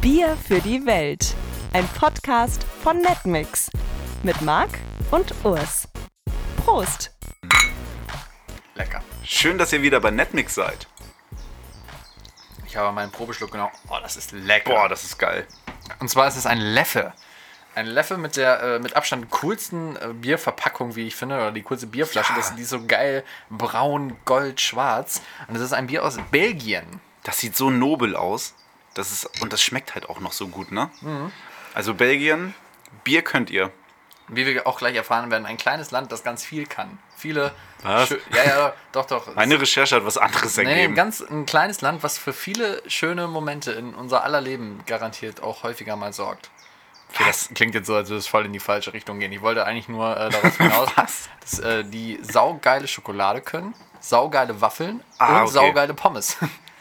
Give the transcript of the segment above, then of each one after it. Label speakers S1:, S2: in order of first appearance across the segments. S1: Bier für die Welt. Ein Podcast von Netmix. Mit Marc und Urs. Prost!
S2: Lecker.
S3: Schön, dass ihr wieder bei Netmix seid.
S2: Ich habe meinen Probeschluck genommen. Oh, das ist lecker.
S3: Boah, das ist geil.
S2: Und zwar ist es ein Leffe. Ein Leffe mit der äh, mit Abstand coolsten äh, Bierverpackung, wie ich finde, oder die coolste Bierflasche.
S3: Ja.
S2: Das, die ist so geil braun, gold, schwarz. Und das ist ein Bier aus Belgien.
S3: Das sieht so nobel aus. Das ist, und das schmeckt halt auch noch so gut, ne?
S2: Mhm.
S3: Also Belgien, Bier könnt ihr.
S2: Wie wir auch gleich erfahren werden, ein kleines Land, das ganz viel kann. Viele.
S3: Was?
S2: schö- Ja, ja, doch, doch.
S3: Meine Recherche hat was anderes
S2: Nee, nee,
S3: ergeben.
S2: ein ganz ein kleines Land, was für viele schöne Momente in unser aller Leben garantiert auch häufiger mal sorgt. Okay, das klingt jetzt so, als würde es voll in die falsche Richtung gehen. Ich wollte eigentlich nur äh, darauf hinaus,
S3: Was?
S2: dass äh, die saugeile Schokolade können, saugeile Waffeln
S3: Ah,
S2: und
S3: okay.
S2: saugeile Pommes.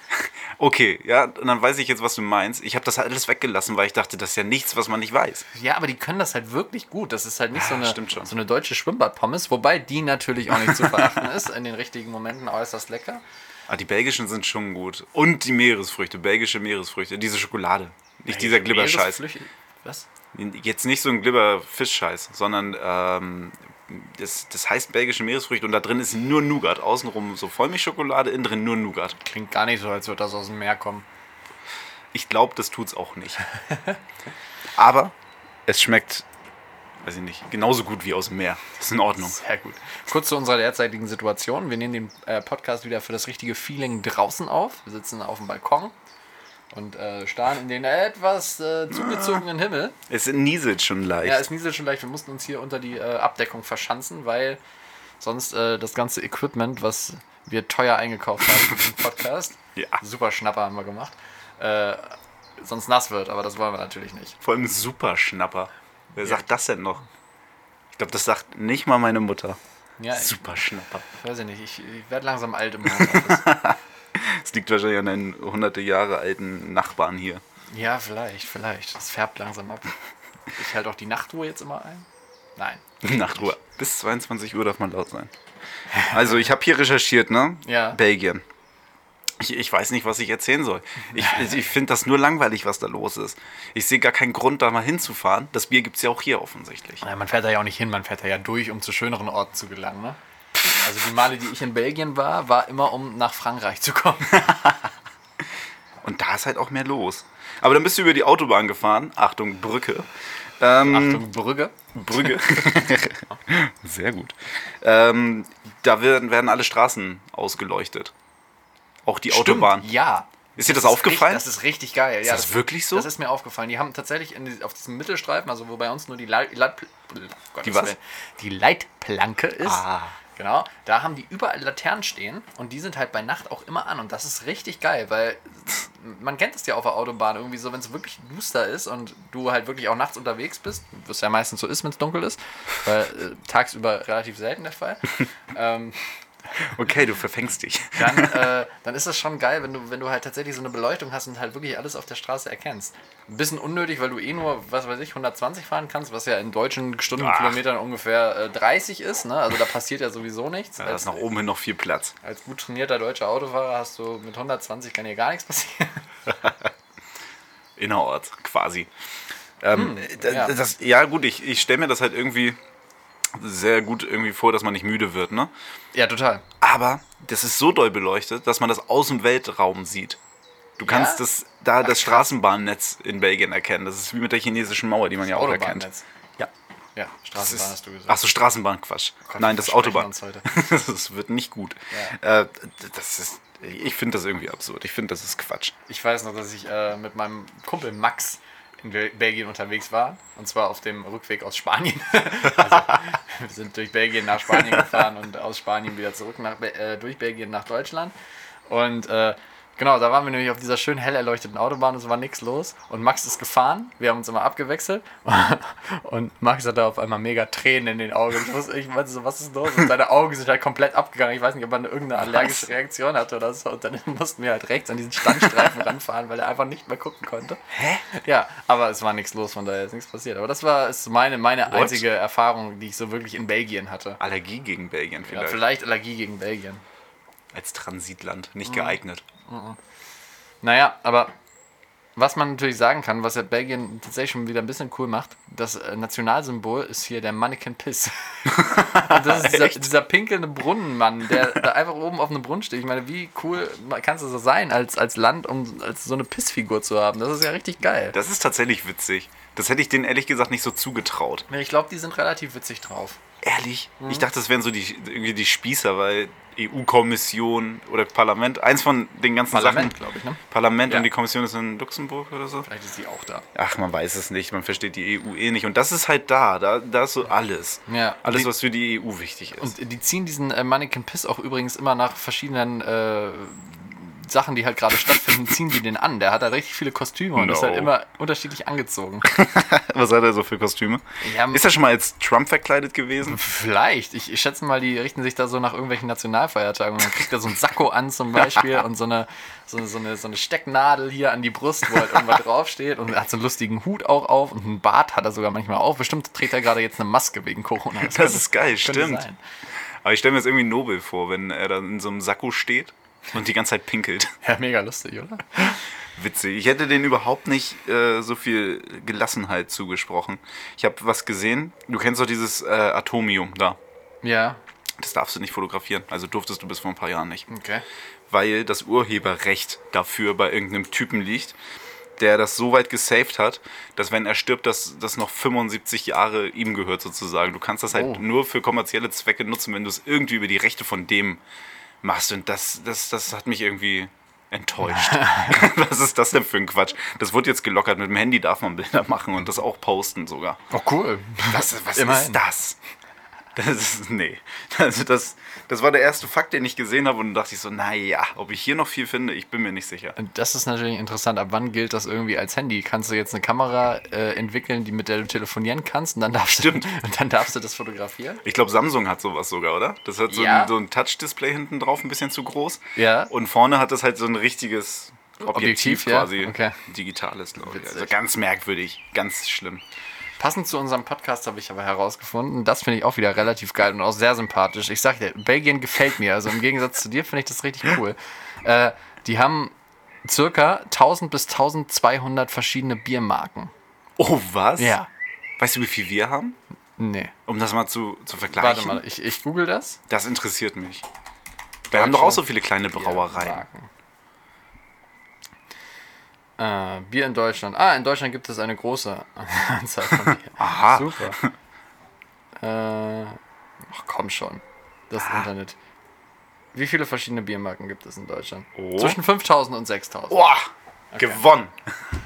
S3: okay, ja, und dann weiß ich jetzt, was du meinst. Ich habe das halt alles weggelassen, weil ich dachte, das ist ja nichts, was man nicht weiß.
S2: ja, aber die können das halt wirklich gut. Das ist halt nicht so eine,
S3: stimmt schon.
S2: so eine deutsche Schwimmbadpommes, wobei die natürlich auch nicht zu verachten ist. In den richtigen Momenten äußerst lecker.
S3: Aber Ah, die belgischen sind schon gut. Und die Meeresfrüchte, belgische Meeresfrüchte. Diese Schokolade. Nicht dieser Glibberscheiß.
S2: Meeresflüch- Was?
S3: Jetzt nicht so ein Glibber-Fischscheiß, sondern ähm, das, das heißt belgische Meeresfrüchte und da drin ist nur Nougat. Außenrum so Vollmilchschokolade, innen drin nur Nougat.
S2: Klingt gar nicht so, als würde das aus dem Meer kommen.
S3: Ich glaube, das tut's auch nicht. Aber es schmeckt, weiß ich nicht, genauso gut wie aus dem Meer. Ist in Ordnung.
S2: Sehr gut. Kurz zu unserer derzeitigen Situation. Wir nehmen den äh, Podcast wieder für das richtige Feeling draußen auf. Wir sitzen auf dem Balkon und äh, starren in den etwas äh, zugezogenen Himmel.
S3: Es nieselt schon leicht.
S2: Ja, es nieselt schon leicht. Wir mussten uns hier unter die äh, Abdeckung verschanzen, weil sonst äh, das ganze Equipment, was wir teuer eingekauft haben für den Podcast,
S3: Ja.
S2: super Schnapper haben wir gemacht, äh, sonst nass wird. Aber das wollen wir natürlich nicht.
S3: Vor allem Superschnapper. Wer sagt das denn noch? Ich glaube, das sagt nicht mal meine Mutter.
S2: Ja, ich
S3: Superschnapper.
S2: weiß ich nicht. Ich, ich werde langsam alt im Homeoffice.
S3: Das liegt wahrscheinlich an deinen hunderte Jahre alten Nachbarn hier.
S2: Ja, vielleicht, vielleicht. Es färbt langsam ab. Ich halte auch die Nachtruhe jetzt immer ein. Nein.
S3: Nachtruhe. Bis 22 Uhr darf man laut sein. Also, ich habe hier recherchiert, ne?
S2: Ja.
S3: Belgien. Ich, ich weiß nicht, was ich erzählen soll. Ich, ich finde das nur langweilig, was da los ist. Ich sehe gar keinen Grund, da mal hinzufahren. Das Bier gibt es ja auch hier offensichtlich.
S2: Nein, man fährt da ja auch nicht hin, man fährt da ja durch, um zu schöneren Orten zu gelangen, ne? Also die Male, die ich in Belgien war, war immer, um nach Frankreich zu kommen.
S3: Und da ist halt auch mehr los. Aber dann bist du über die Autobahn gefahren. Achtung, Brücke.
S2: Achtung, Brügge.
S3: Brücke. Sehr gut. Ähm, da werden, werden alle Straßen ausgeleuchtet. Auch die Autobahn.
S2: ja.
S3: Ist dir das,
S2: ist
S3: aufgefallen?
S2: Richtig, das ist richtig geil. Ist ja,
S3: das wirklich so?
S2: Das ist mir aufgefallen. Die haben tatsächlich in, die- auf diesem Mittelstreifen, also wo bei uns nur die, Leit, Leit, Gottes
S3: Die was?
S2: Willen, die Leitplanke ist.
S3: Ah.
S2: Genau, da haben die überall Laternen stehen und die sind halt bei Nacht auch immer an und das ist richtig geil, weil man kennt es ja auf der Autobahn irgendwie so, wenn es wirklich duster ist und du halt wirklich auch nachts unterwegs bist, was ja meistens so ist, wenn es dunkel ist, weil äh, tagsüber relativ selten der Fall. ähm,
S3: okay, du verfängst dich.
S2: dann, äh, dann ist das schon geil, wenn du, wenn du halt tatsächlich so eine Beleuchtung hast und halt wirklich alles auf der Straße erkennst. Ein bisschen unnötig, weil du eh nur, was weiß ich, 120 fahren kannst, was ja in deutschen Stundenkilometern ungefähr äh, 30 ist. Ne? Also da passiert ja sowieso nichts.
S3: Da ist nach oben hin noch viel Platz.
S2: Als gut trainierter deutscher Autofahrer hast du mit 120 kann hier gar nichts passieren.
S3: Innerorts, quasi. Ähm, das,
S2: Hm, ja.
S3: ja. Das, ja, gut, ich, ich stelle mir das halt irgendwie sehr gut irgendwie vor, dass man nicht müde wird, ne?
S2: Ja, total.
S3: Aber das ist so doll beleuchtet, dass man das aus dem Weltraum sieht. Du kannst
S2: Ja?
S3: das, da das Straßenbahnnetz in Belgien erkennen. Das ist wie mit der chinesischen Mauer, die man ja auch erkennt.
S2: Autobahnnetz.
S3: Ja.
S2: Ja,
S3: Das
S2: Straßenbahn
S3: ist-
S2: hast du gesagt.
S3: Ach so, Straßenbahn, Quatsch.
S2: Gott,
S3: Nein,
S2: wir
S3: das ist
S2: versprechen
S3: Autobahn.
S2: uns heute.
S3: das wird nicht gut. Äh, das ist, ich finde das irgendwie absurd. Ich finde, das ist Quatsch.
S2: Ich weiß noch, dass ich äh, mit meinem Kumpel Max in Bel Belgien unterwegs war. Und zwar auf dem Rückweg aus Spanien. also, wir sind durch Belgien nach Spanien gefahren und aus Spanien wieder zurück nach, Be- äh, durch Belgien nach Deutschland. Und äh, genau, da waren wir nämlich auf dieser schön hell erleuchteten Autobahn. Es war nichts los. Und Max ist gefahren. Wir haben uns immer abgewechselt. Und Max hatte auf einmal mega Tränen in den Augen. Ich wusste, ich meinte so, was ist los? Und seine Augen sind halt komplett abgegangen. Ich weiß nicht, ob man irgendeine allergische Reaktion hatte oder so. Und dann mussten wir halt rechts an diesen Standstreifen ranfahren, weil er einfach nicht mehr gucken konnte. Hä? Ja, aber es war nichts los, von daher ist nichts passiert. Aber das war ist meine, meine
S3: What?
S2: einzige Erfahrung, die ich so wirklich in Belgien hatte.
S3: Allergie gegen Belgien
S2: Ja,
S3: vielleicht.
S2: vielleicht Allergie gegen Belgien. Mhm.
S3: Als Transitland nicht geeignet.
S2: Naja, aber Was man natürlich sagen kann, was ja Belgien tatsächlich schon wieder ein bisschen cool macht, das äh, Nationalsymbol ist hier der Mannequin Piss. Und das ist dieser, dieser pinkelnde Brunnenmann, der da einfach oben auf einem Brunnen steht. Ich meine, wie cool kann es so sein, als, als Land, um als so eine Pissfigur zu haben? Das ist ja richtig geil.
S3: Das ist tatsächlich witzig. Das hätte ich denen ehrlich gesagt nicht so zugetraut.
S2: Ich glaube, die sind relativ witzig drauf.
S3: Ehrlich?
S2: Mhm.
S3: Ich dachte, das wären so die, irgendwie die Spießer, weil EU-Kommission oder Parlament, eins von den ganzen
S2: Parlament,
S3: Sachen.
S2: glaube ich, ne?
S3: Parlament
S2: Ja.
S3: und die Kommission ist in Luxemburg oder so.
S2: Vielleicht ist die auch da.
S3: Ach, man weiß es nicht, man versteht die EU eh nicht. Und das ist halt da, da, da ist so alles.
S2: Ja.
S3: Alles,
S2: Die-
S3: was für die EU wichtig ist.
S2: Und die ziehen diesen äh, Mannequin Piss auch übrigens immer nach verschiedenen äh, Sachen, die halt gerade stattfinden, ziehen die den an. Der hat halt richtig viele Kostüme und
S3: No.
S2: ist halt immer unterschiedlich angezogen.
S3: was hat er so für Kostüme?
S2: Ja,
S3: Ist er schon mal als Trump verkleidet gewesen?
S2: vielleicht. Ich, ich schätze mal, die richten sich da so nach irgendwelchen Nationalfeiertagen. Und dann kriegt er so einen Sakko an zum Beispiel und so eine, so, so, eine, so eine Stecknadel hier an die Brust, wo halt irgendwas draufsteht. Und er hat so einen lustigen Hut auch auf und einen Bart hat er sogar manchmal auf. Bestimmt trägt er gerade jetzt eine Maske wegen Corona.
S3: Das ist geil,
S2: könnte
S3: stimmt.
S2: sein.
S3: Aber ich stelle mir das irgendwie nobel vor, wenn er dann in so einem Sakko steht und die ganze Zeit pinkelt.
S2: Ja, mega lustig, oder?
S3: Witzig. Ich hätte denen überhaupt nicht äh, so viel Gelassenheit zugesprochen. Ich habe was gesehen. Du kennst doch dieses äh, Atomium da.
S2: Ja,
S3: Das darfst du nicht fotografieren. Also durftest du bis vor ein paar Jahren nicht.
S2: okay.
S3: Weil das Urheberrecht dafür bei irgendeinem Typen liegt, der das so weit gesaved hat, dass wenn er stirbt, dass das noch 75 Jahre ihm gehört sozusagen. Du kannst das halt
S2: Oh.
S3: nur für kommerzielle Zwecke nutzen, wenn du es irgendwie über die Rechte von dem machst. Und das, das, das hat mich irgendwie enttäuscht. Was ist das denn für ein Quatsch? Das wurde jetzt gelockert. Mit dem Handy darf man Bilder machen und das auch posten sogar.
S2: Oh, cool.
S3: Das, was
S2: Immerhin.
S3: ist das? Das ist, nee. Also das, das war der erste Fakt, den ich gesehen habe und dann dachte ich so, naja, ob ich hier noch viel finde, ich bin mir nicht sicher.
S2: Das ist natürlich interessant. Ab wann gilt das irgendwie als Handy? Kannst du jetzt eine Kamera äh, entwickeln, die mit der du telefonieren kannst und dann darfst,
S3: Stimmt.
S2: Du, und dann darfst du das fotografieren?
S3: Ich glaube, Samsung hat sowas sogar, oder? Das hat so
S2: Ja.
S3: ein, so ein Touch-Display hinten drauf, ein bisschen zu groß.
S2: Ja.
S3: Und vorne hat das halt so ein richtiges
S2: Objektiv,
S3: Objektiv,
S2: ja,
S3: quasi.
S2: okay.
S3: Digitales, glaube ich.
S2: Witzig.
S3: Also ganz merkwürdig, ganz schlimm.
S2: Passend zu unserem Podcast habe ich aber herausgefunden, das finde ich auch wieder relativ geil und auch sehr sympathisch. Ich sage dir, Belgien gefällt mir. Also im Gegensatz zu dir finde ich das richtig cool. Äh, die haben circa 1000 bis 1200 verschiedene Biermarken.
S3: Oh, was? Weißt du, wie viel wir haben?
S2: Nee.
S3: Um das mal zu, zu vergleichen.
S2: Warte mal, ich, ich google das.
S3: Das interessiert mich. Wir haben doch auch so viele kleine Brauereien.
S2: Biermarken. Äh, Bier in Deutschland. Ah, in Deutschland gibt es eine große Anzahl von Bier.
S3: Aha.
S2: Super. Äh, ach komm schon. Das
S3: Ah.
S2: Internet. Wie viele verschiedene Biermarken gibt es in Deutschland?
S3: Oh.
S2: Zwischen 5000 und 6000.
S3: Boah, gewonnen.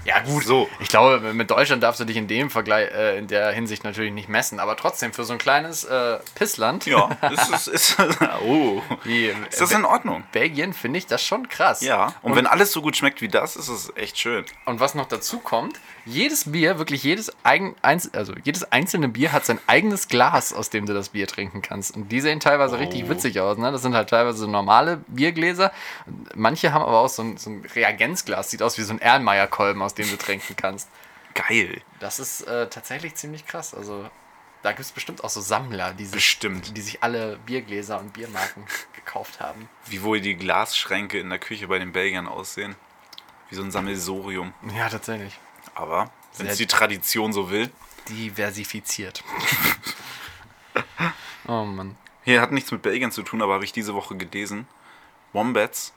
S2: Ja, gut.
S3: So.
S2: Ich glaube, mit Deutschland darfst du dich in dem Vergleich, äh, in der Hinsicht natürlich nicht messen, aber trotzdem für so ein kleines äh, Pissland
S3: Ja, ist, ist, ist, oh.
S2: wie
S3: ist das in Ordnung?
S2: Belgien finde ich das schon krass.
S3: Ja. Und, wenn alles so gut schmeckt wie das, ist es echt schön.
S2: Und was noch dazu kommt, jedes Bier, wirklich jedes, eigen, einz, also jedes einzelne Bier hat sein eigenes Glas, aus dem du das Bier trinken kannst. Und die sehen teilweise richtig witzig aus. Ne? Das sind halt teilweise so normale Biergläser. Manche haben aber auch so ein, so ein Reagenzglas, sieht aus wie so ein Erlenmeyer-Kolben, aus dem du trinken kannst.
S3: Geil.
S2: Das ist äh, tatsächlich ziemlich krass. Also da gibt es bestimmt auch so Sammler, die sich,
S3: Bestimmt.
S2: die sich alle Biergläser und Biermarken gekauft haben.
S3: Wie wohl die Glasschränke in der Küche bei den Belgiern aussehen. Wie so ein Sammelsorium.
S2: Ja, tatsächlich.
S3: Aber wenn
S2: Sehr-
S3: es die Tradition so will.
S2: Diversifiziert. oh Mann.
S3: Hier hat nichts mit Belgien zu tun, aber habe ich diese Woche gelesen. Wombats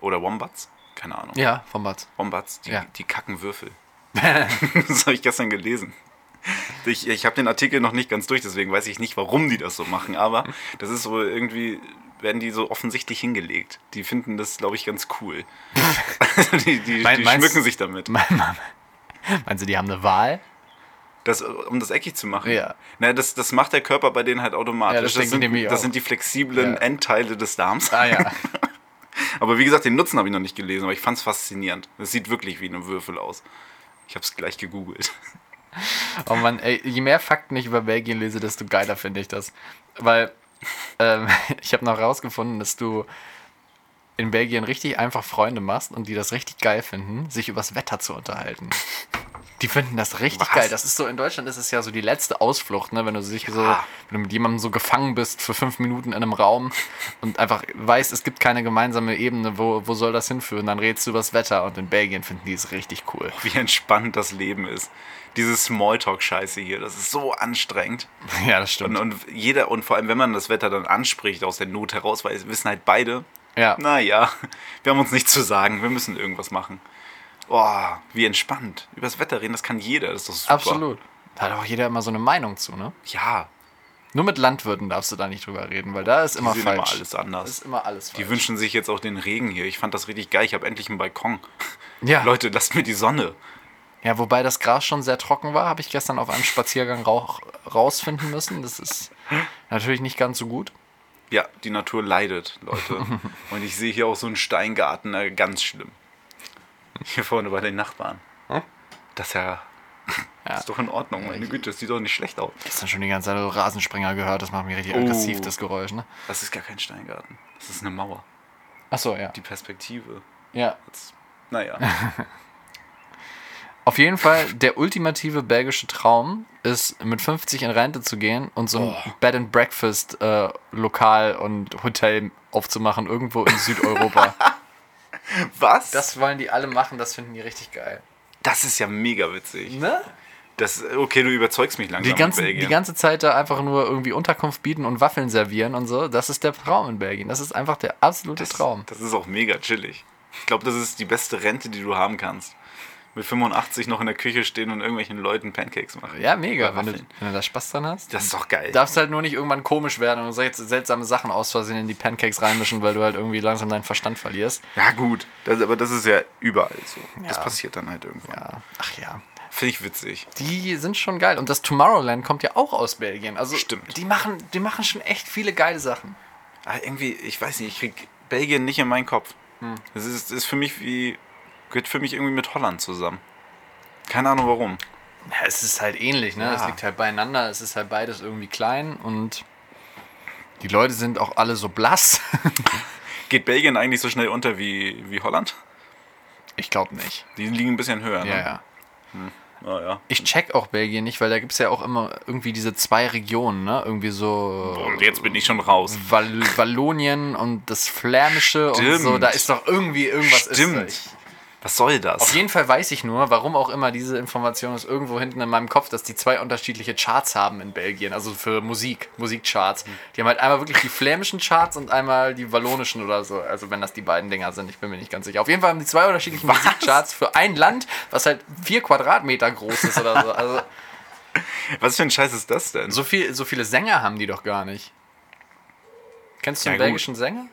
S3: oder Wombats? Keine Ahnung.
S2: Ja, vom Bad.
S3: Wombats, die,
S2: Ja.
S3: die kacken Würfel. das habe ich gestern gelesen. Ich, ich habe den Artikel noch nicht ganz durch, deswegen weiß ich nicht, warum die das so machen. Aber das ist wohl irgendwie, werden die so offensichtlich hingelegt. Die finden das, glaube ich, ganz cool. die die,
S2: Mein-
S3: die
S2: meinst-
S3: schmücken sich damit.
S2: Meinst du, die haben eine Wahl?
S3: Das, um das eckig zu machen.
S2: Ja.
S3: Na, das, das macht der Körper bei denen halt automatisch.
S2: Ja, das denke ich
S3: sind,
S2: nämlich auch.
S3: das sind die flexiblen
S2: Ja.
S3: Endteile des Darms.
S2: Ah ja.
S3: Aber wie gesagt, den Nutzen habe ich noch nicht gelesen, aber ich fand es faszinierend. Das sieht wirklich wie ein Würfel aus. Ich habe es gleich gegoogelt.
S2: Oh Mann, ey, je mehr Fakten ich über Belgien lese, desto geiler finde ich das. Weil ähm, ich habe noch rausgefunden, dass du in Belgien richtig einfach Freunde machst und die das richtig geil finden, sich übers Wetter zu unterhalten. Die finden das richtig
S3: Was?
S2: geil. Das ist so, in Deutschland ist es ja so die letzte Ausflucht, ne? Wenn du sich so,
S3: Ja.
S2: wenn du mit jemandem so gefangen bist für fünf Minuten in einem Raum und einfach weißt, es gibt keine gemeinsame Ebene, wo, wo soll das hinführen? Dann redest du über das Wetter und in Belgien finden die es richtig cool.
S3: Wie entspannt das Leben ist. Diese Smalltalk-Scheiße hier, das ist so anstrengend.
S2: Ja, das
S3: Und,
S2: stimmt.
S3: und jeder, und vor allem, wenn man das Wetter dann anspricht aus der Not heraus, weil es wissen halt beide,
S2: Ja.
S3: naja, wir haben uns nichts zu sagen, wir müssen irgendwas machen. Boah, wie entspannt. Über das Wetter reden, das kann jeder, das ist doch super.
S2: Absolut. Da hat auch jeder immer so eine Meinung zu, ne?
S3: Ja,
S2: Nur mit Landwirten darfst du da nicht drüber reden, weil da ist immer
S3: die
S2: falsch.
S3: sehen immer alles
S2: Das ist
S3: anders.
S2: immer alles falsch.
S3: Die wünschen sich jetzt auch den Regen hier. Ich fand das richtig geil, ich habe endlich einen Balkon.
S2: ja.
S3: Leute, lasst mir die Sonne.
S2: ja, wobei das Gras schon sehr trocken war, habe ich gestern auf einem Spaziergang rauch, rausfinden müssen. Das ist natürlich nicht ganz so gut.
S3: Ja, die Natur leidet, Leute. Und ich sehe hier auch so einen Steingarten, äh, ganz schlimm. Hier vorne bei den Nachbarn. Das ist ja.
S2: Ja.
S3: Ist doch in Ordnung, meine Güte, das sieht doch nicht schlecht aus.
S2: Gestern schon die ganze Zeit so Rasensprenger gehört, das macht mich richtig
S3: Oh.
S2: aggressiv, das Geräusch, ne?
S3: Das ist gar kein Steingarten. Das ist eine Mauer.
S2: Achso, ja.
S3: Die Perspektive.
S2: Ja.
S3: Das, naja.
S2: Auf jeden Fall, der ultimative belgische Traum ist, mit 50 in Rente zu gehen und so
S3: Oh.
S2: ein Bed and Breakfast äh, Lokal und Hotel aufzumachen, irgendwo in Südeuropa.
S3: Was? Das,
S2: das wollen die alle machen, das finden die richtig geil.
S3: ist ja mega witzig.
S2: Ne?
S3: Das, okay, du überzeugst mich langsam.
S2: Die,
S3: mit
S2: ganzen,
S3: Belgien.
S2: die ganze Zeit da einfach nur irgendwie Unterkunft bieten und Waffeln servieren und so, das ist der Traum in Belgien. Das ist einfach der absolute Traum.
S3: Das ist auch mega chillig. Ich glaube, das ist die beste Rente, die du haben kannst. Mit 85 noch in der Küche stehen und irgendwelchen Leuten Pancakes machen.
S2: Ja, mega, wenn du,
S3: Waffeln.
S2: wenn du da Spaß dran hast.
S3: Das ist doch geil.
S2: darfst halt nur nicht irgendwann komisch werden und solche seltsame Sachen aus Versehen in die Pancakes reinmischen, weil du halt irgendwie langsam deinen Verstand verlierst.
S3: ja, gut. Das, aber das ist ja überall so. Das
S2: Ja.
S3: passiert dann halt irgendwann.
S2: Ja. Ach ja.
S3: Finde ich witzig.
S2: Die sind schon geil. Und das Tomorrowland kommt ja auch aus Belgien. Also
S3: Stimmt.
S2: Die, machen, die machen schon echt viele geile Sachen.
S3: Aber Ah, irgendwie, ich weiß nicht, ich krieg Belgien nicht in meinen Kopf.
S2: Hm.
S3: Das ist, ist für mich wie. gehört für mich irgendwie mit Holland zusammen. Keine Ahnung warum.
S2: Ja, es ist halt ähnlich, ne?
S3: Ja.
S2: Es liegt halt beieinander, es ist halt beides irgendwie klein und die Leute sind auch alle so blass.
S3: Geht Belgien eigentlich so schnell unter wie, wie Holland?
S2: Ich glaube nicht.
S3: Die liegen ein bisschen höher, ne?
S2: Ja, ja.
S3: Oh, ja.
S2: Ich check auch Belgien nicht, weil da gibt es ja auch immer irgendwie diese zwei Regionen, ne? Irgendwie so.
S3: Und jetzt bin ich schon raus.
S2: Wall Wallonien und das Flämische und
S3: Stimmt.
S2: so, da ist doch irgendwie irgendwas
S3: Stimmt.
S2: ist. da. Ich-
S3: Was soll das?
S2: Auf jeden Fall weiß ich nur, warum auch immer diese Information ist irgendwo hinten in meinem Kopf, dass die zwei unterschiedliche Charts haben in Belgien, also für Musik, Musikcharts. Die haben halt einmal wirklich die flämischen Charts und einmal die wallonischen oder so, also wenn das die beiden Dinger sind, ich bin mir nicht ganz sicher. Auf jeden Fall haben die zwei unterschiedlichen Musikcharts für ein Land, was halt vier Quadratmeter groß ist oder so. Also
S3: Was für ein Scheiß ist das denn?
S2: so, viel, so viele Sänger haben die doch gar nicht. Kennst du
S3: Ja,
S2: einen
S3: gut.
S2: belgischen Sänger?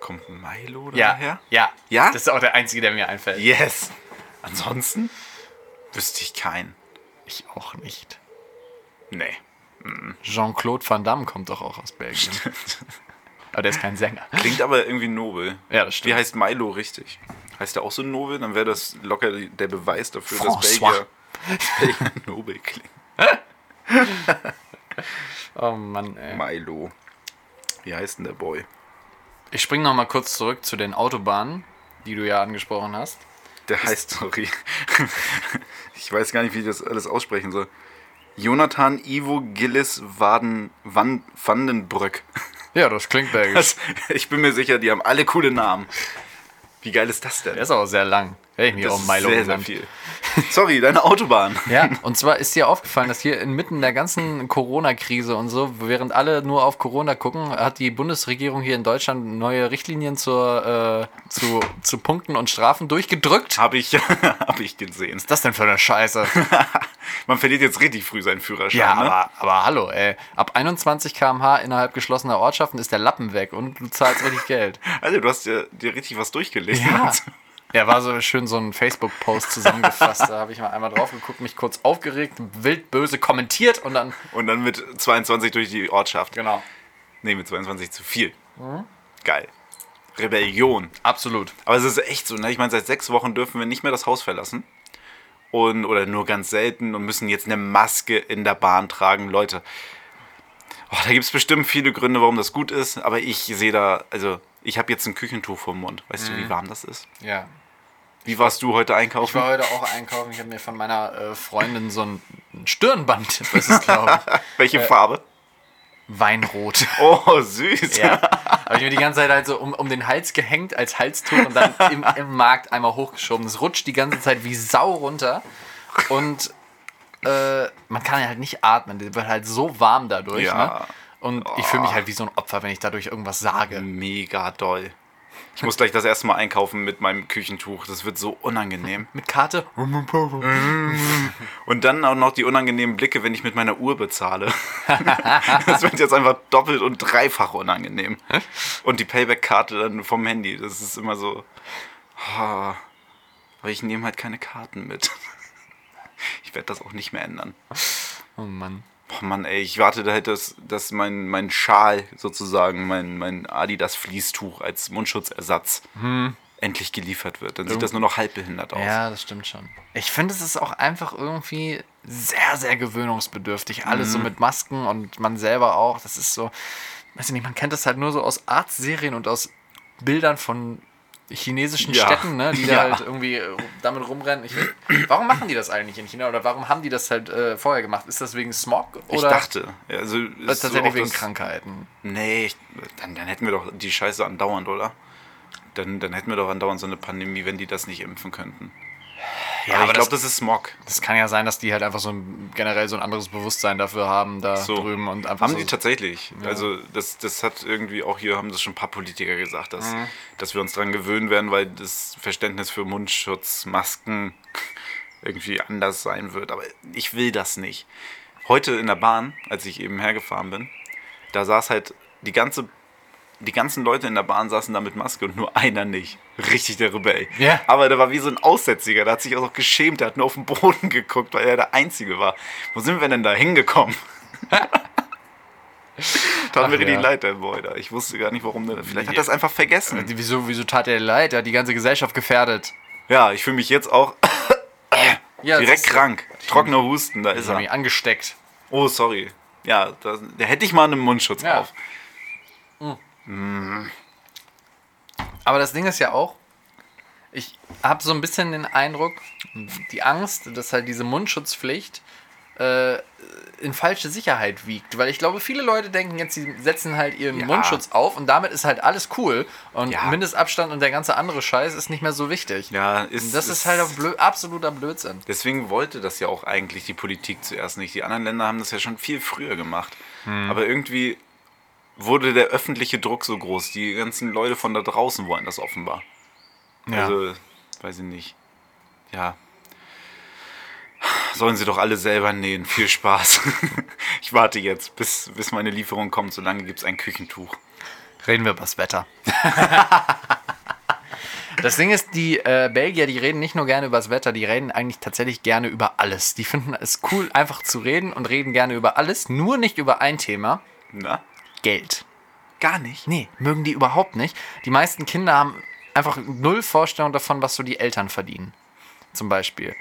S3: Kommt ein Milo
S2: Ja,
S3: daher?
S2: ja.
S3: Ja?
S2: Das ist auch der einzige, der mir einfällt.
S3: Yes. Ansonsten wüsste ich keinen.
S2: Ich auch nicht.
S3: Nee.
S2: Jean-Claude Van Damme kommt doch auch aus Belgien. Aber der ist kein Sänger.
S3: Klingt aber irgendwie nobel.
S2: Ja, das
S3: Wie
S2: stimmt.
S3: heißt Milo richtig? Heißt er auch so nobel? Dann wäre das locker die- der Beweis dafür, dass
S2: François.
S3: Belgier, Belgier nobel klingt.
S2: Oh Mann, ey.
S3: Milo. Wie heißt denn der Boy?
S2: Ich springe nochmal kurz zurück zu den Autobahnen, die du ja angesprochen hast.
S3: Der heißt, sorry. ich weiß gar nicht, wie ich das alles aussprechen soll. Jonathan Ivo Gillis Waden, Van, Vandenbrück.
S2: Ja, das klingt belgisch.
S3: Das, ich bin mir sicher, die haben alle coole Namen. Wie geil ist das denn?
S2: der ist aber sehr lang. Hätte ich mir auch Milo
S3: sehr, sehr
S2: genannt.
S3: viel. Sorry, deine Autobahn.
S2: Ja, und zwar ist dir aufgefallen, dass hier inmitten der ganzen Corona-Krise und so, während alle nur auf Corona gucken, hat die Bundesregierung hier in Deutschland neue Richtlinien zur, äh, zu, zu Punkten und Strafen durchgedrückt.
S3: Habe ich, hab ich gesehen.
S2: Was ist das denn für eine Scheiße?
S3: Man verliert jetzt richtig früh seinen Führerschein.
S2: Ja,
S3: ne?
S2: aber, aber hallo, ey. Ab 21 km/h innerhalb geschlossener Ortschaften ist der Lappen weg und du zahlst richtig Geld.
S3: Also, du hast dir, dir richtig was durchgelesen.
S2: Ja, war so schön so ein Facebook-Post zusammengefasst. Da habe ich mal einmal drauf geguckt, mich kurz aufgeregt, wild böse kommentiert und dann.
S3: Und dann mit 22 durch die Ortschaft.
S2: Genau.
S3: Nee, mit 22 zu viel.
S2: Mhm.
S3: Geil. Rebellion.
S2: Absolut.
S3: Aber es ist echt so, ne? Ich meine, seit sechs Wochen dürfen wir nicht mehr das Haus verlassen. Und, oder nur ganz selten und müssen jetzt eine Maske in der Bahn tragen. Leute, oh, da gibt es bestimmt viele Gründe, warum das gut ist. Aber ich sehe da, also ich habe jetzt ein Küchentuch vor dem Mund. Weißt du, wie warm das ist?
S2: Ja.
S3: Wie warst du heute einkaufen?
S2: Mhm. Ich war heute auch einkaufen. Ich habe mir von meiner äh, Freundin so ein Stirnband, das ist glaube ich,
S3: Welche Farbe?
S2: Weinrot.
S3: Oh, süß.
S2: Ja. Aber ich mir die ganze Zeit halt so um, um den Hals gehängt als Halstuch und dann im, im Markt einmal hochgeschoben. Es rutscht die ganze Zeit wie Sau runter. Und äh, man kann ja halt nicht atmen. Der wird halt so warm dadurch.
S3: Ja.
S2: Ne? Und ich fühle mich halt wie so ein Opfer, wenn ich dadurch irgendwas
S3: Mhm.
S2: sage.
S3: Mega doll. Ich muss gleich das erste Mal einkaufen mit meinem Küchentuch. Das wird so unangenehm.
S2: Mit Karte.
S3: Und dann auch noch die unangenehmen Blicke, wenn ich mit meiner Uhr bezahle. das wird jetzt einfach doppelt und dreifach unangenehm. Und die Payback-Karte dann vom Handy. Das ist immer so. ah. Aber ich nehme halt keine Karten mit. Ich werde das auch nicht mehr ändern.
S2: Oh Mann.
S3: Boah, Mann, ey, ich wartete halt, dass, dass mein, mein Schal sozusagen, mein, mein Adidas-Fließtuch als Mundschutzersatz endlich geliefert wird. Dann sieht das nur noch halbbehindert aus.
S2: Hm. Ja, das stimmt schon. Ich finde, es ist auch einfach irgendwie sehr, sehr gewöhnungsbedürftig. Alles
S3: Mhm.
S2: so mit Masken und man selber auch. Das ist so, weiß ich nicht, man kennt das halt nur so aus Arztserien und aus Bildern von chinesischen
S3: Ja.
S2: Städten, ne, die da
S3: Ja.
S2: halt irgendwie äh, damit rumrennen. Ich, warum machen die das eigentlich in China oder warum haben die das halt äh, vorher gemacht? Ist das wegen Smog oder
S3: Ich dachte. Also,
S2: ist das
S3: ist
S2: tatsächlich
S3: auch
S2: wegen
S3: das-
S2: Krankheiten?
S3: Nee, ich, dann, dann hätten wir doch die Scheiße andauernd, oder? Dann, dann hätten wir doch andauernd so eine Pandemie, wenn die das nicht impfen könnten. Ja, aber ich glaube, das, ist Smog.
S2: Das kann ja sein, dass die halt einfach so ein, generell so ein anderes Bewusstsein dafür haben da
S3: So.
S2: drüben und einfach
S3: Haben
S2: so
S3: die tatsächlich. Also das, das hat irgendwie auch hier, haben das schon ein paar Politiker gesagt, dass,
S2: Mhm.
S3: dass wir uns dran gewöhnen werden, weil das Verständnis für Mundschutz, Masken irgendwie anders sein wird. Aber ich will das nicht. Heute in der Bahn, als ich eben hergefahren bin, da saß halt die ganze, die ganzen Leute in der Bahn saßen da mit Maske und nur einer nicht. Richtig der Rebell.
S2: Ja.
S3: Aber der war wie so ein Aussätziger, der hat sich auch noch geschämt, der hat nur auf den Boden geguckt, weil er der Einzige war. Wo sind wir denn da hingekommen? Tat mir
S2: Ach,
S3: richtig
S2: ja.
S3: leid, der Boy da. Ich wusste gar nicht, warum der. Vielleicht hat
S2: Ja.
S3: er es einfach vergessen.
S2: Die- Wieso, wieso tat er leid? Er hat die ganze Gesellschaft gefährdet.
S3: Ja, ich fühle mich jetzt auch
S2: Ja, das
S3: direkt
S2: ist-
S3: krank. Trockener Husten, da ist
S2: Ich hab mich
S3: er.
S2: angesteckt.
S3: Oh, sorry. Ja, da, da hätte ich mal einen Mundschutz
S2: Ja. Hm.
S3: auf.
S2: Mhm. Aber das Ding ist ja auch, ich habe so ein bisschen den Eindruck, die Angst, dass halt diese Mundschutzpflicht äh, in falsche Sicherheit wiegt. Weil ich glaube, viele Leute denken jetzt, sie setzen halt ihren
S3: Ja.
S2: Mundschutz auf und damit ist halt alles cool. Und
S3: Ja.
S2: Mindestabstand und der ganze andere Scheiß ist nicht mehr so wichtig.
S3: Ja, ist.
S2: Und das ist halt auch blö absoluter Blödsinn.
S3: Deswegen wollte das ja auch eigentlich die Politik zuerst nicht. Die anderen Länder haben das ja schon viel früher gemacht.
S2: Hm.
S3: Aber irgendwie wurde der öffentliche Druck so groß. Die ganzen Leute von da draußen wollen das offenbar. Also, weiß ich nicht. Ja. Sollen sie doch alle selber nähen. Viel Spaß. ich warte jetzt, bis, bis meine Lieferung kommt. Solange gibt es ein Küchentuch.
S2: Reden wir über das Wetter. Das Ding ist, die äh, Belgier, die reden nicht nur gerne über das Wetter, die reden eigentlich tatsächlich gerne über alles. Die finden es cool, einfach zu reden und reden gerne über alles, nur nicht über ein Thema,
S3: Na?
S2: Geld.
S3: Gar nicht.
S2: Nee, mögen die überhaupt nicht. Die meisten Kinder haben einfach null Vorstellung davon, was so die Eltern verdienen. Zum Beispiel.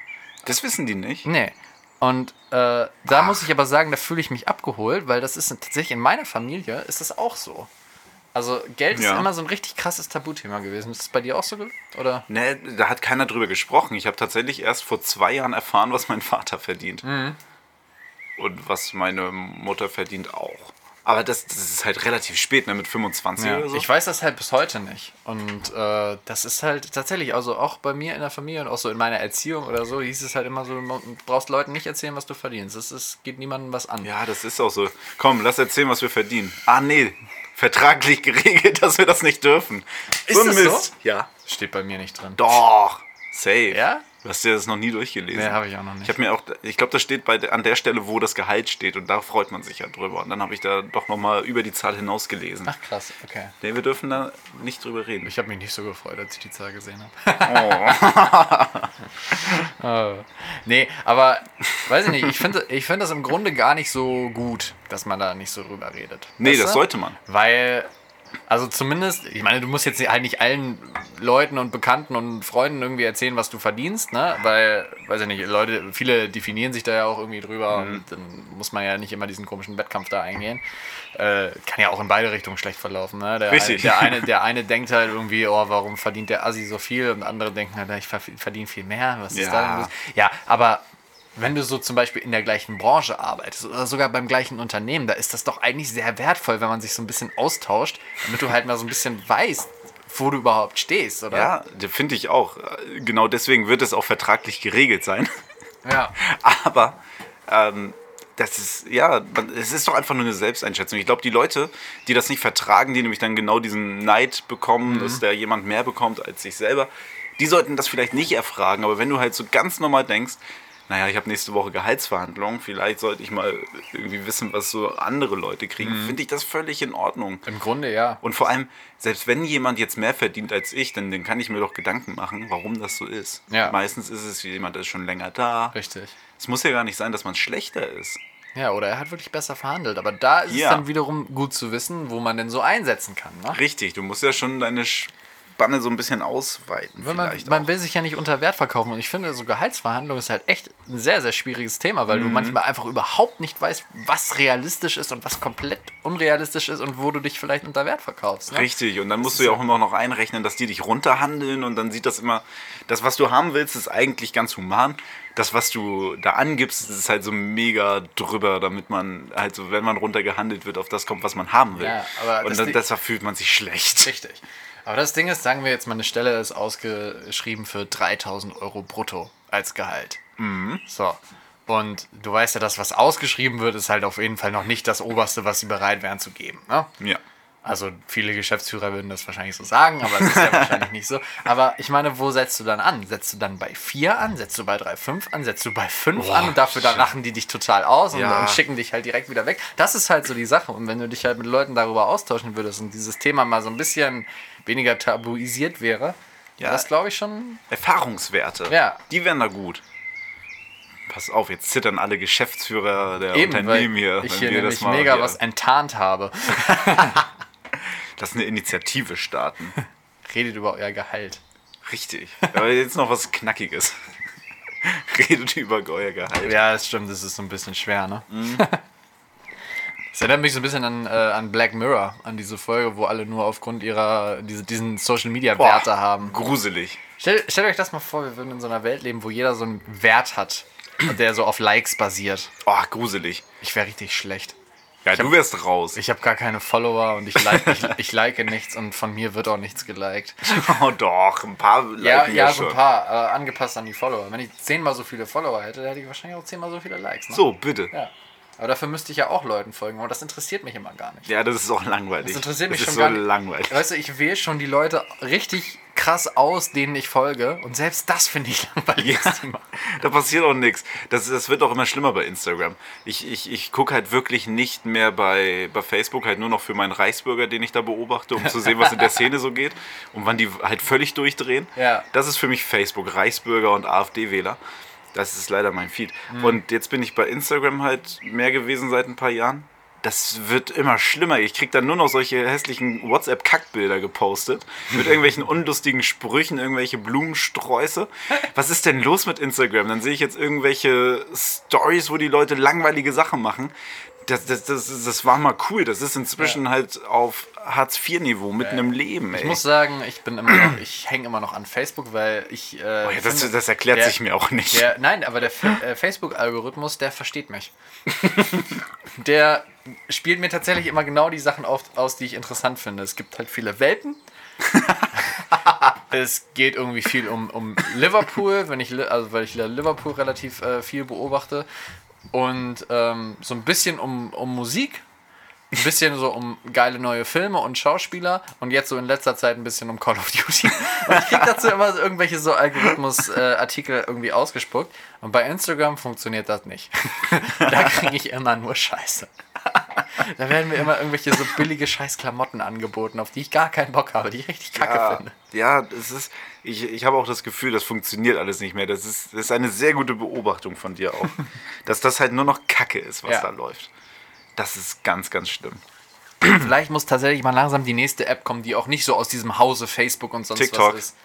S3: Das wissen die nicht.
S2: Nee. Und äh, da muss ich aber sagen, da fühle ich mich abgeholt, weil das ist tatsächlich in meiner Familie ist das auch so. Also Geld
S3: Ja.
S2: ist immer so ein richtig krasses Tabuthema gewesen. Ist das bei dir auch so? ge- Oder?
S3: Ne, da hat keiner drüber gesprochen. Ich habe tatsächlich erst vor zwei Jahren erfahren, was mein Vater verdient.
S2: Hm.
S3: Und was meine Mutter verdient auch. Aber das, das ist halt relativ spät, ne? mit 25 oder so.
S2: Ich weiß das halt bis heute nicht. Und äh, das ist halt tatsächlich, also auch bei mir in der Familie und auch so in meiner Erziehung oder so, hieß es halt immer so, du brauchst Leuten nicht erzählen, was du verdienst. Das ist, geht niemandem was an.
S3: Ja, das ist auch so. Komm, lass erzählen, was wir verdienen. Ah, nee. Vertraglich geregelt, dass wir das nicht dürfen.
S2: Ist das so?
S3: Ja.
S2: Steht bei mir nicht drin.
S3: Doch. Safe.
S2: Ja?
S3: Du hast dir das noch nie durchgelesen.
S2: Nee, hab ich auch noch nicht.
S3: Ich habe mir auch, ich glaube, das steht bei, der- an der Stelle, wo das Gehalt steht und da freut man sich ja drüber. Und dann habe ich da doch nochmal über die Zahl hinaus gelesen.
S2: Ach krass, okay.
S3: Nee, wir dürfen da nicht drüber reden.
S2: Ich habe mich nicht so gefreut, als ich die Zahl gesehen habe.
S3: Oh.
S2: Äh, nee, aber weiß ich nicht, ich finde ich find das im Grunde gar nicht so gut, dass man da nicht so drüber redet.
S3: Nee,
S2: Weißt
S3: das
S2: du?
S3: sollte man.
S2: Weil Also zumindest, ich meine, du musst jetzt halt nicht allen Leuten und Bekannten und Freunden irgendwie erzählen, was du verdienst, ne? Weil, weiß ich nicht, Leute, viele definieren sich da ja auch irgendwie drüber
S3: Mhm.
S2: und dann muss man ja nicht immer diesen komischen Wettkampf da eingehen. Äh, kann ja auch in beide Richtungen schlecht verlaufen, ne? Der
S3: Richtig.
S2: Eine, der, eine, der eine denkt halt irgendwie, oh, warum verdient der Assi so viel? Und andere denken halt, ich verf- verdiene viel mehr, was ist
S3: Ja.
S2: da denn los? Ja, aber wenn du so zum Beispiel in der gleichen Branche arbeitest oder sogar beim gleichen Unternehmen, da ist das doch eigentlich sehr wertvoll, wenn man sich so ein bisschen austauscht, damit du halt mal so ein bisschen weißt, wo du überhaupt stehst, oder?
S3: Ja, das finde ich auch. Genau deswegen wird es auch vertraglich geregelt sein.
S2: Ja.
S3: Aber ähm, das ist, ja, man- es ist doch einfach nur eine Selbsteinschätzung. Ich glaube, die Leute, die das nicht vertragen, die nämlich dann genau diesen Neid
S2: Mhm.
S3: bekommen, dass da jemand mehr bekommt als sich selber, die sollten das vielleicht nicht erfragen. Aber wenn du halt so ganz normal denkst, naja, ich habe nächste Woche Gehaltsverhandlungen, vielleicht sollte ich mal irgendwie wissen, was so andere Leute kriegen, finde ich das völlig in Ordnung.
S2: Im Grunde Mhm. ja.
S3: Und vor allem, selbst wenn jemand jetzt mehr verdient als ich, dann, dann kann ich mir doch Gedanken machen, warum das so ist.
S2: Ja.
S3: Meistens ist es jemand, der ist schon länger da.
S2: Richtig.
S3: Es muss ja gar nicht sein, dass man schlechter ist.
S2: Ja, oder er hat wirklich besser verhandelt. Aber da ist
S3: Ja.
S2: es dann wiederum gut zu wissen, wo man denn so einsetzen kann. Ne?
S3: Richtig, du musst ja schon deine Spanne so ein bisschen ausweiten.
S2: Wenn man,
S3: vielleicht
S2: man
S3: auch.
S2: will sich ja nicht unter Wert verkaufen. Und ich finde, so Gehaltsverhandlung ist halt echt ein sehr, sehr schwieriges Thema, weil du
S3: Mhm.
S2: manchmal einfach überhaupt nicht weißt, was realistisch ist und was komplett unrealistisch ist und wo du dich vielleicht unter Wert verkaufst. Ne?
S3: Richtig, und dann musst du ja auch immer noch einrechnen, dass die dich runterhandeln und dann sieht das immer, das, was du haben willst, ist eigentlich ganz human. Das, was du da angibst, ist halt so mega drüber, damit man halt so, wenn man runtergehandelt wird, auf das kommt, was man haben will.
S2: Ja, aber
S3: und
S2: das
S3: dann,
S2: Ding-
S3: deshalb fühlt man sich schlecht.
S2: Richtig. Aber das Ding ist, sagen wir jetzt mal, eine Stelle ist ausgeschrieben für 3000 Euro brutto als Gehalt.
S3: Mhm.
S2: So. Und du weißt ja, das, was ausgeschrieben wird, ist halt auf jeden Fall noch nicht das Oberste, was sie bereit wären zu geben. Ne?
S3: Ja.
S2: Also viele Geschäftsführer würden das wahrscheinlich so sagen, aber es ist ja wahrscheinlich nicht so. Aber ich meine, wo setzt du dann an? Setzt du dann bei 4 an? Setzt du bei 3,5 an? Setzt du bei 5 an? Und dafür dann lachen die dich total aus und,
S3: Ja.
S2: und schicken dich halt direkt wieder weg. Das ist halt so die Sache. Und wenn du dich halt mit Leuten darüber austauschen würdest und dieses Thema mal so ein bisschen weniger tabuisiert wäre,
S3: Ja.
S2: das glaube ich schon.
S3: Erfahrungswerte,
S2: Ja.
S3: die wären da gut. Pass auf, jetzt zittern alle Geschäftsführer der
S2: weil
S3: Unternehmen hier.
S2: ich
S3: wenn
S2: hier
S3: wir
S2: nämlich mega
S3: hier-
S2: was enttarnt habe.
S3: Lass eine Initiative starten.
S2: Redet über euer Gehalt.
S3: Richtig. Aber jetzt noch was Knackiges. Redet über euer Gehalt.
S2: Ja, das stimmt, das ist so ein bisschen schwer, ne?
S3: Mhm.
S2: Das erinnert mich so ein bisschen an, äh, an Black Mirror, an diese Folge, wo alle nur aufgrund ihrer diese, diesen Social Media
S3: Boah,
S2: Werte haben.
S3: Gruselig.
S2: Stellt, stellt euch das mal vor, wir würden in so einer Welt leben, wo jeder so einen Wert hat, der so auf Likes basiert.
S3: Oh, gruselig.
S2: Ich wäre richtig schlecht.
S3: Ja, du wärst raus.
S2: Ich habe gar keine Follower und ich like, ich, ich like nichts und von mir wird auch nichts geliked.
S3: oh, doch, ein paar liken
S2: Ja, ja, so
S3: schon.
S2: ein paar, äh, angepasst an die Follower. Wenn ich zehnmal so viele Follower hätte, dann hätte ich wahrscheinlich auch zehnmal so viele Likes. Ne?
S3: So, bitte. Ja.
S2: Ja. Aber dafür müsste ich ja auch Leuten folgen, aber das interessiert mich immer gar nicht.
S3: das ist auch langweilig.
S2: Das interessiert mich schon
S3: das ist
S2: gar
S3: so
S2: nicht.
S3: langweilig.
S2: Weißt du, ich wähle schon die Leute richtig krass aus, denen ich folge. Und selbst das finde ich langweilig.
S3: Ja, da passiert auch nichts. Das, das wird auch immer schlimmer bei Instagram. Ich, ich, ich gucke halt wirklich nicht mehr bei, bei Facebook, halt nur noch für meinen Reichsbürger, den ich da beobachte, um zu sehen, was in der Szene so geht und wann die halt völlig durchdrehen.
S2: Ja.
S3: Das ist für mich Facebook, Reichsbürger und AfD-Wähler. Das ist leider mein Feed.
S2: Mhm.
S3: Und jetzt bin ich bei Instagram halt mehr gewesen seit ein paar Jahren. Das wird immer schlimmer. Ich krieg dann nur noch solche hässlichen WhatsApp-Kackbilder gepostet. Mit irgendwelchen unlustigen Sprüchen, irgendwelche Blumensträuße. Was ist denn los mit Instagram? Dann sehe ich jetzt irgendwelche Stories, wo die Leute langweilige Sachen machen. Das, das, das, das war mal cool. Das ist inzwischen halt auf Hartz-IV-Niveau, mitten im Leben. Ey.
S2: Ich muss sagen, ich bin immer noch, ich hänge immer noch an Facebook, weil ich. Äh,
S3: Oh ja, das,
S2: finde,
S3: das erklärt
S2: der,
S3: sich mir auch nicht.
S2: Der, nein, aber der Fa- äh, Facebook-Algorithmus, der versteht mich. der spielt mir tatsächlich immer genau die Sachen auf, aus, die ich interessant finde. Es gibt halt viele Welpen. es geht irgendwie viel um, um Liverpool, wenn ich, Li- also weil ich Liverpool relativ äh, viel beobachte. Und ähm, so ein bisschen um, um Musik, ein bisschen so um geile neue Filme und Schauspieler und jetzt so in letzter Zeit ein bisschen um Call of Duty. Und ich krieg dazu immer so irgendwelche so Algorithmus-Artikel irgendwie ausgespuckt. Und bei Instagram funktioniert das nicht. da kriege ich immer nur Scheiße. Da werden mir immer irgendwelche so billige Scheißklamotten angeboten, auf die ich gar keinen Bock habe, die ich richtig kacke
S3: Ja,
S2: finde.
S3: Ah, ja, das ist. Ich, ich habe auch das Gefühl, das funktioniert alles nicht mehr. Das ist, das ist eine sehr gute Beobachtung von dir auch. dass das halt nur noch Kacke ist, was
S2: Ja.
S3: da läuft. Das ist ganz, ganz schlimm.
S2: Vielleicht muss tatsächlich mal langsam die nächste App kommen, die auch nicht so aus diesem Hause Facebook und sonst
S3: TikTok.
S2: was ist.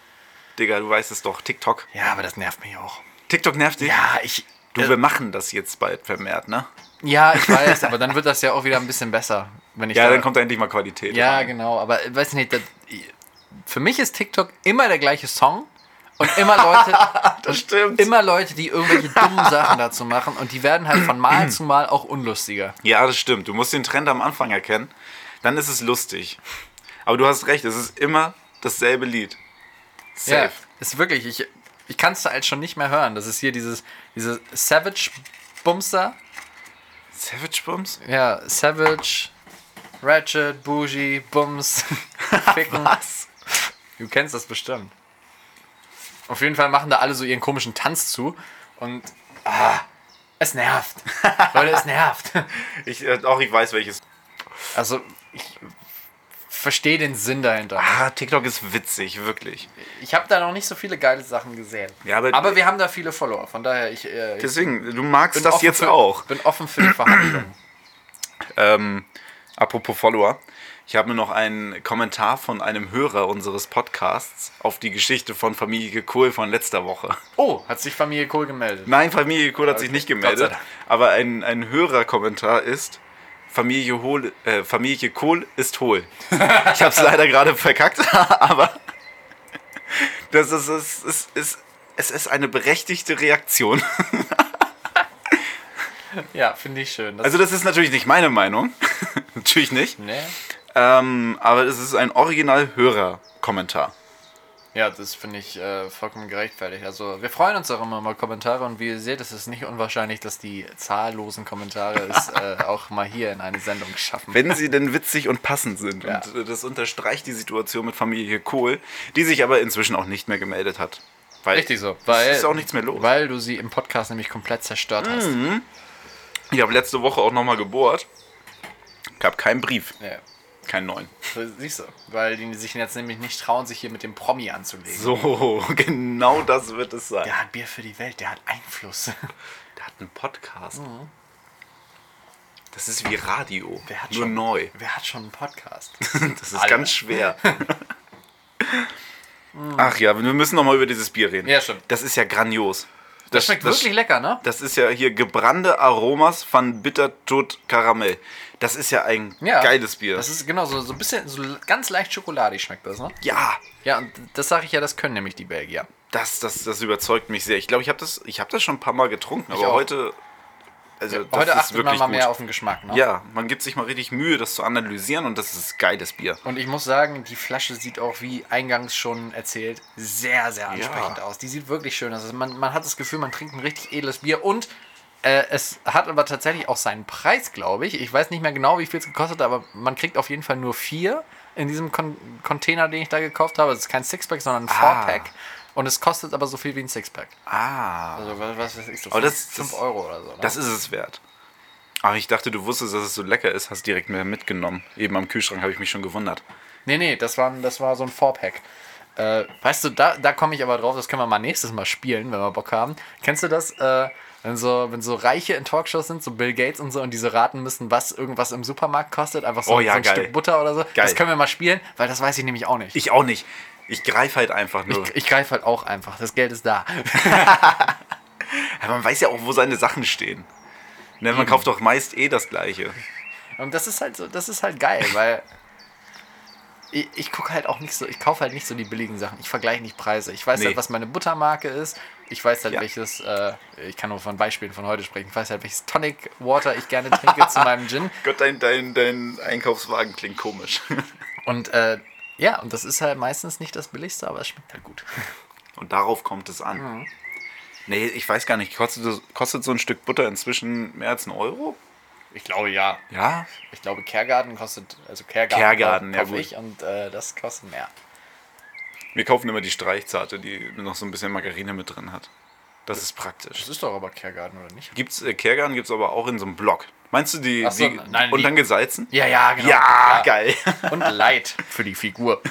S3: Digga, du weißt es doch. TikTok.
S2: Ja, aber das nervt mich auch.
S3: TikTok nervt dich.
S2: Ja, ich.
S3: Du, wir machen das jetzt bald vermehrt, ne?
S2: Ja, ich weiß, aber dann wird das ja auch wieder ein bisschen besser, wenn ich
S3: Ja,
S2: da-
S3: dann kommt da endlich mal Qualität.
S2: Ja,
S3: rein.
S2: genau, aber äh, weiß nicht, das, für mich ist TikTok immer der gleiche Song und immer Leute,
S3: das stimmt.
S2: immer Leute, die irgendwelche dummen Sachen dazu machen und die werden halt von Mal zu Mal auch unlustiger.
S3: Ja, das stimmt. Du musst den Trend am Anfang erkennen. Dann ist es lustig. Aber du hast recht, es ist immer dasselbe Lied. Safe.
S2: Ja, ist wirklich, ich, ich kann es halt schon nicht mehr hören. Das ist hier dieses, dieses Savage Bumster.
S3: Savage Bums?
S2: Ja, Savage, Ratchet, Bougie, Bums, Ficken.
S3: Was?
S2: Du kennst das bestimmt. Auf jeden Fall machen da alle so ihren komischen Tanz zu und ah, es nervt. Leute, es nervt.
S3: Ich, äh, auch ich weiß welches.
S2: Also, ich verstehe den Sinn dahinter.
S3: Ah, TikTok ist witzig, wirklich.
S2: Ich habe da noch nicht so viele geile Sachen gesehen.
S3: Ja, aber-
S2: aber wir haben da viele Follower, von daher ich äh, ich
S3: Deswegen, du magst das
S2: offen
S3: jetzt
S2: für,
S3: auch.
S2: Bin offen für die Verhandlungen.
S3: Ähm, apropos Follower. Ich habe mir noch einen Kommentar von einem Hörer unseres Podcasts auf die Geschichte von Familie Kohl von letzter Woche.
S2: Oh, hat sich Familie Kohl gemeldet.
S3: Nein, Familie Kohl hat sich
S2: Okay,
S3: nicht
S2: Gott
S3: gemeldet.
S2: sei Dank.
S3: Aber ein, ein Hörerkommentar ist: Familie, Hohl, äh, Familie Kohl ist hohl. ich habe es leider gerade verkackt, aber das ist, es ist, ist, es ist eine berechtigte Reaktion.
S2: Ja, finde ich schön. Das
S3: Also, das ist natürlich nicht meine Meinung. natürlich nicht.
S2: nee.
S3: Ähm, aber es ist ein Original-Hörer-Kommentar.
S2: Ja, das finde ich äh, vollkommen gerechtfertigt. Also wir freuen uns auch immer mal Kommentare und wie ihr seht, es ist nicht unwahrscheinlich, dass die zahllosen Kommentare es äh, auch mal hier in eine Sendung schaffen.
S3: Wenn sie denn witzig und passend sind.
S2: Ja.
S3: Und äh, das unterstreicht die Situation mit Familie Kohl, die sich aber inzwischen auch nicht mehr gemeldet hat. Weil
S2: Richtig so, weil
S3: es ist auch nichts mehr los. Mhm.
S2: Weil du sie im Podcast nämlich komplett zerstört hast.
S3: Ich habe letzte Woche auch nochmal gebohrt. Gab keinen Brief,
S2: Ja,
S3: keinen neuen.
S2: so, siehst du, weil die sich jetzt nämlich nicht trauen, sich hier mit dem Promi anzulegen.
S3: So, genau das wird es sein.
S2: Der hat Bier für die Welt, der hat Einfluss.
S3: Der hat einen Podcast. Das ist wie Radio,
S2: Mhm. Wer hat
S3: nur
S2: schon-
S3: neu.
S2: Wer hat schon einen Podcast?
S3: Das ist
S2: Alter.
S3: ganz schwer. Ach ja, wir müssen nochmal über dieses Bier reden.
S2: Ja, stimmt.
S3: Das ist ja grandios. Das,
S2: Schmeckt wirklich lecker, ne?
S3: Das ist ja hier gebrannte Aromas von Bittertod Karamell. Das ist ja ein geiles Bier.
S2: Das ist genau so, so ein bisschen, so ganz leicht schokoladig schmeckt das, ne?
S3: ja,
S2: Ja, und das sage ich ja, das können nämlich die Belgier.
S3: Das, das, das überzeugt mich sehr. Ich glaube, ich habe das, ich hab das schon ein paar Mal getrunken, aber
S2: auch.
S3: heute. Also, das
S2: Heute
S3: ist
S2: achtet man
S3: wirklich
S2: mal
S3: gut.
S2: mehr auf den Geschmack, ne?
S3: Ja, man gibt sich mal richtig Mühe, das zu analysieren und das ist geiles Bier.
S2: Und ich muss sagen, die Flasche sieht auch, wie eingangs schon erzählt, sehr, sehr ansprechend
S3: Ja.
S2: aus. Die sieht wirklich schön aus. Also man, man hat das Gefühl, man trinkt ein richtig edles Bier und äh, es hat aber tatsächlich auch seinen Preis, glaube ich. Ich weiß nicht mehr genau, wie viel es gekostet hat, aber man kriegt auf jeden Fall nur vier in diesem Con Container, den ich da gekauft habe. Es ist kein Sixpack, sondern ein
S3: Ah.
S2: Fourpack. Und es kostet aber so viel wie ein Sixpack.
S3: Ah,
S2: Also was, was weiß ich, so
S3: Aber das-
S2: 5
S3: das-
S2: Euro oder so. Ne?
S3: das ist es wert. Ach, ich dachte, du wusstest, dass es so lecker ist, hast direkt mehr mitgenommen. Eben am Kühlschrank habe ich mich schon gewundert.
S2: Nee, nee, das war, das war so ein Vorpack. Äh, weißt du, da, da komme ich aber drauf, das können wir mal nächstes Mal spielen, wenn wir Bock haben. Kennst du das, äh, wenn, so, wenn so Reiche in Talkshows sind, so Bill Gates und so, und die so raten müssen, was irgendwas im Supermarkt kostet? Einfach so,
S3: Oh ja,
S2: so ein
S3: geil.
S2: Stück Butter oder so.
S3: Geil.
S2: Das können wir mal spielen, weil das weiß ich nämlich auch nicht.
S3: Ich auch nicht. Ich greife halt einfach nur.
S2: ich greife halt auch einfach, das Geld ist da.
S3: aber man weiß ja auch, wo seine Sachen stehen. Ne, man kauft doch meist eh das Gleiche.
S2: Und das ist halt so, das ist halt geil, weil ich, ich gucke halt auch nicht so, ich kaufe halt nicht so die billigen Sachen. Ich vergleiche nicht Preise. Ich weiß
S3: Nee.
S2: halt, was meine Buttermarke ist. Ich weiß halt,
S3: Ja.
S2: welches, äh, ich kann nur von Beispielen von heute sprechen, ich weiß halt, welches Tonic Water ich gerne trinke zu meinem Gin.
S3: Gott, dein, dein, dein Einkaufswagen klingt komisch.
S2: Und äh, ja, und das ist halt meistens nicht das billigste, aber es schmeckt halt gut.
S3: Und darauf kommt es an. Nee, ich weiß gar nicht. Kostet, das- kostet so ein Stück Butter inzwischen mehr als einen Euro?
S2: Ich glaube ja.
S3: Ja.
S2: Ich glaube, Kergarten kostet, also Kergarten,
S3: Kergarten, ja,
S2: kaufe
S3: gut.
S2: ich und äh, das kostet mehr.
S3: Wir kaufen immer die Streichzarte, die noch so ein bisschen Margarine mit drin hat. Das ist praktisch.
S2: Das ist doch aber Kergarten, oder nicht?
S3: Gibt's, äh, Kergan gibt es aber auch in so einem Block. Meinst du die,
S2: Ach so,
S3: die
S2: nein,
S3: und
S2: die-
S3: dann gesalzen?
S2: Ja, ja, genau.
S3: Ja, geil.
S2: Und Light für die Figur.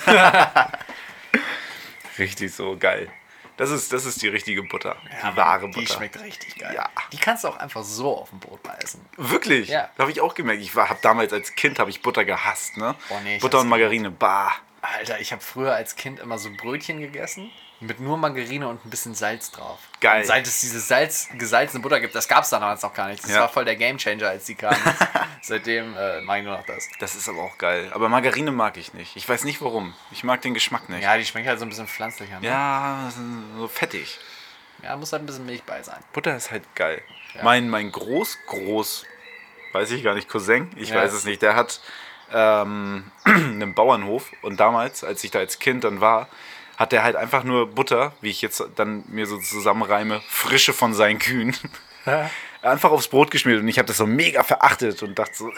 S3: Richtig so, geil. Das ist, das ist die richtige Butter. die wahre Butter.
S2: Die schmeckt richtig geil.
S3: Ja.
S2: Die kannst du auch einfach so auf dem Brot mal essen.
S3: Wirklich?
S2: Ja.
S3: Habe ich auch gemerkt. Ich war, hab damals als Kind habe ich Butter gehasst, ne?
S2: Oh, nee, ich
S3: Butter
S2: hab's
S3: und Margarine, bah.
S2: Alter, ich habe früher als Kind immer so Brötchen gegessen mit nur Margarine und ein bisschen Salz drauf.
S3: Geil.
S2: Und seit es diese Salz, gesalzene Butter gibt, das gab es damals noch gar nicht. Das
S3: Ja.
S2: war voll der Gamechanger, als die kamen. Seitdem äh, mache ich nur noch das.
S3: Das ist aber auch geil. Aber Margarine mag ich nicht. Ich weiß nicht warum. Ich mag den Geschmack nicht.
S2: Ja, die schmeckt halt so ein bisschen pflanzlicher. Ne?
S3: Ja, so fettig.
S2: ja, muss halt ein bisschen Milch bei sein.
S3: Butter ist halt geil. Mein, mein Groß, Groß, weiß ich gar nicht, Cousin, ich
S2: Ja.
S3: weiß es nicht, der hat ähm, einen Bauernhof und damals, als ich da als Kind dann war, hat der halt einfach nur Butter, wie ich jetzt dann mir so zusammenreime, frische von seinen Kühen, einfach aufs Brot geschmiert und ich habe das so mega verachtet und dachte so,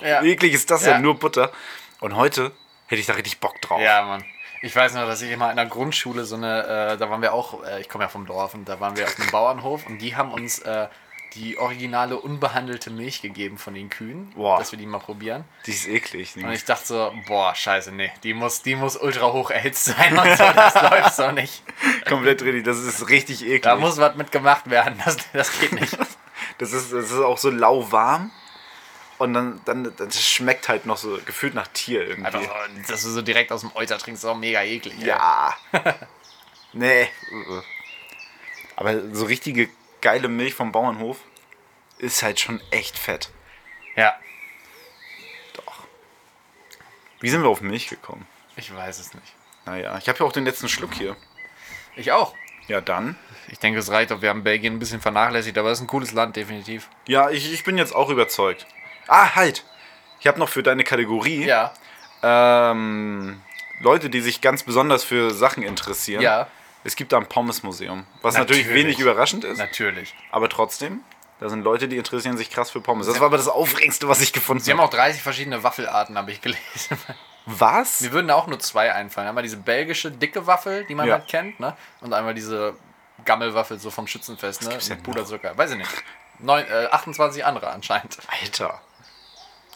S3: äh,
S2: Ja.
S3: eklig ist das
S2: Ja.
S3: denn, nur Butter. Und heute hätte ich da richtig Bock drauf.
S2: Ja, Mann. Ich weiß noch, dass ich immer in der Grundschule so eine, äh, da waren wir auch, äh, ich komme ja vom Dorf und da waren wir auf einem Bauernhof und die haben uns äh, die originale unbehandelte Milch gegeben von den Kühen,
S3: Boah.
S2: dass wir die mal probieren.
S3: Die ist eklig.
S2: Und ich dachte so, boah, scheiße, nee, die muss, die muss ultra hoch erhitzt sein und so, das läuft so nicht.
S3: Komplett richtig, das ist richtig eklig.
S2: Da muss was mit gemacht werden, das, das geht nicht.
S3: Das ist, das ist auch so lauwarm. Und dann, dann das schmeckt halt noch so gefühlt nach Tier irgendwie.
S2: Einfach so, dass du so direkt aus dem Euter trinkst, ist auch mega eklig. ey.
S3: ja. nee. Aber so richtige geile Milch vom Bauernhof ist halt schon echt fett.
S2: Ja,
S3: Doch. Wie sind wir auf Milch gekommen?
S2: ich weiß es nicht.
S3: Naja, ich habe ja auch den letzten Schluck hier.
S2: Ich auch.
S3: Ja, dann.
S2: Ich denke, es reicht, ob wir haben Belgien ein bisschen vernachlässigt, aber es ist ein cooles Land, definitiv.
S3: Ja, ich, ich bin jetzt auch überzeugt. Ah, halt. Ich habe noch für deine Kategorie
S2: Ja,
S3: ähm, Leute, die sich ganz besonders für Sachen interessieren.
S2: ja,
S3: Es gibt da ein Pommes-Museum, was natürlich.
S2: Natürlich.
S3: wenig überraschend ist,
S2: natürlich.
S3: aber trotzdem, da sind Leute, die interessieren sich krass für Pommes. Das war aber das Aufregendste, was ich gefunden
S2: Sie haben
S3: habe.
S2: auch 30 verschiedene Waffelarten, habe ich gelesen.
S3: Was?
S2: Mir würden auch nur zwei einfallen. Einmal diese belgische dicke Waffel, die man
S3: Ja.
S2: halt kennt, ne? Und einmal diese Gammelwaffel so vom Schützenfest, ne?
S3: gibt's denn
S2: Mit Puderzucker. Weiß ich nicht. Neun, äh, 28 andere anscheinend.
S3: Alter.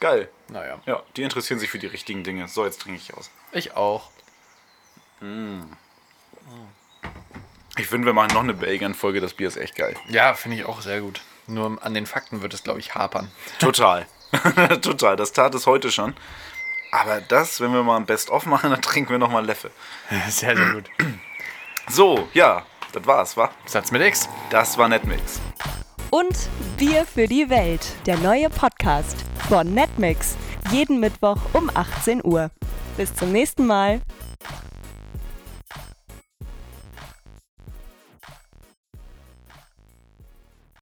S3: Geil.
S2: Naja,
S3: Ja, die interessieren sich für die richtigen Dinge. So, jetzt trinke ich aus.
S2: ich auch.
S3: Ich finde, wir machen noch eine Belgien-Folge. Das Bier ist echt geil.
S2: Ja, finde ich auch sehr gut. Nur an den Fakten wird es, glaube ich, hapern.
S3: Total. Total. Das tat es heute schon. Aber das, wenn wir mal ein Best-of machen, dann trinken wir nochmal Leffe.
S2: Sehr, sehr gut.
S3: So, ja, das war's, wa?
S2: Satz mit X.
S3: Das war Netmix.
S1: Und Bier für die Welt, der neue Podcast von Netmix. Jeden Mittwoch um 18 Uhr. Bis zum nächsten Mal.